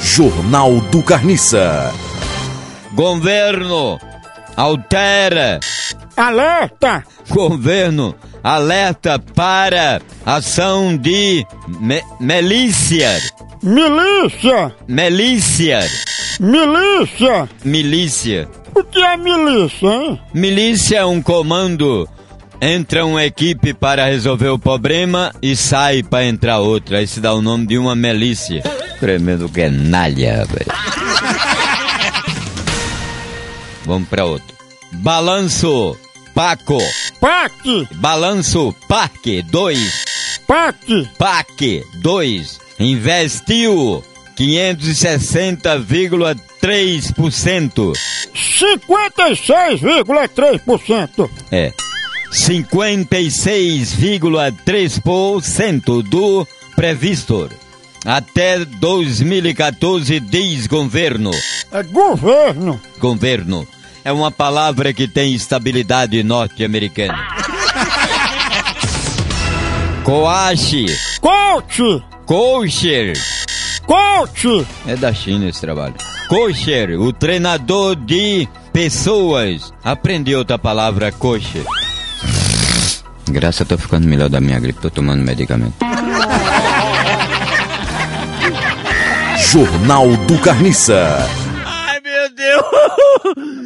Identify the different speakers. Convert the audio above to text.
Speaker 1: Jornal do Carniça.
Speaker 2: Governo altera.
Speaker 3: Alerta!
Speaker 2: Governo alerta para ação de me- milícia.
Speaker 3: Milícia!
Speaker 2: Milícia.
Speaker 3: Milícia!
Speaker 2: Milícia.
Speaker 3: O que é milícia, hein?
Speaker 2: Milícia é um comando. Entra uma equipe para resolver o problema e sai para entrar outra. Aí se dá o nome de uma milícia. Tremendo ganalha, velho. Vamos para outro. Balanço Paco.
Speaker 3: Pac!
Speaker 2: Balanço Parque 2.
Speaker 3: Pac!
Speaker 2: PAC 2 investiu 560,3%.
Speaker 3: 56,3%!
Speaker 2: É. 56,3% do previsto. Até 2014 diz governo.
Speaker 3: É governo!
Speaker 2: Governo é uma palavra que tem estabilidade norte-americana. Coache,
Speaker 3: Coach!
Speaker 2: Kosher,
Speaker 3: Coach!
Speaker 2: é da China esse trabalho. Kosher, o treinador de pessoas. Aprendi outra palavra, kosher. Graças, eu tô ficando melhor da minha gripe, tô tomando medicamento.
Speaker 1: Jornal do Carniça.
Speaker 2: Ai, meu Deus!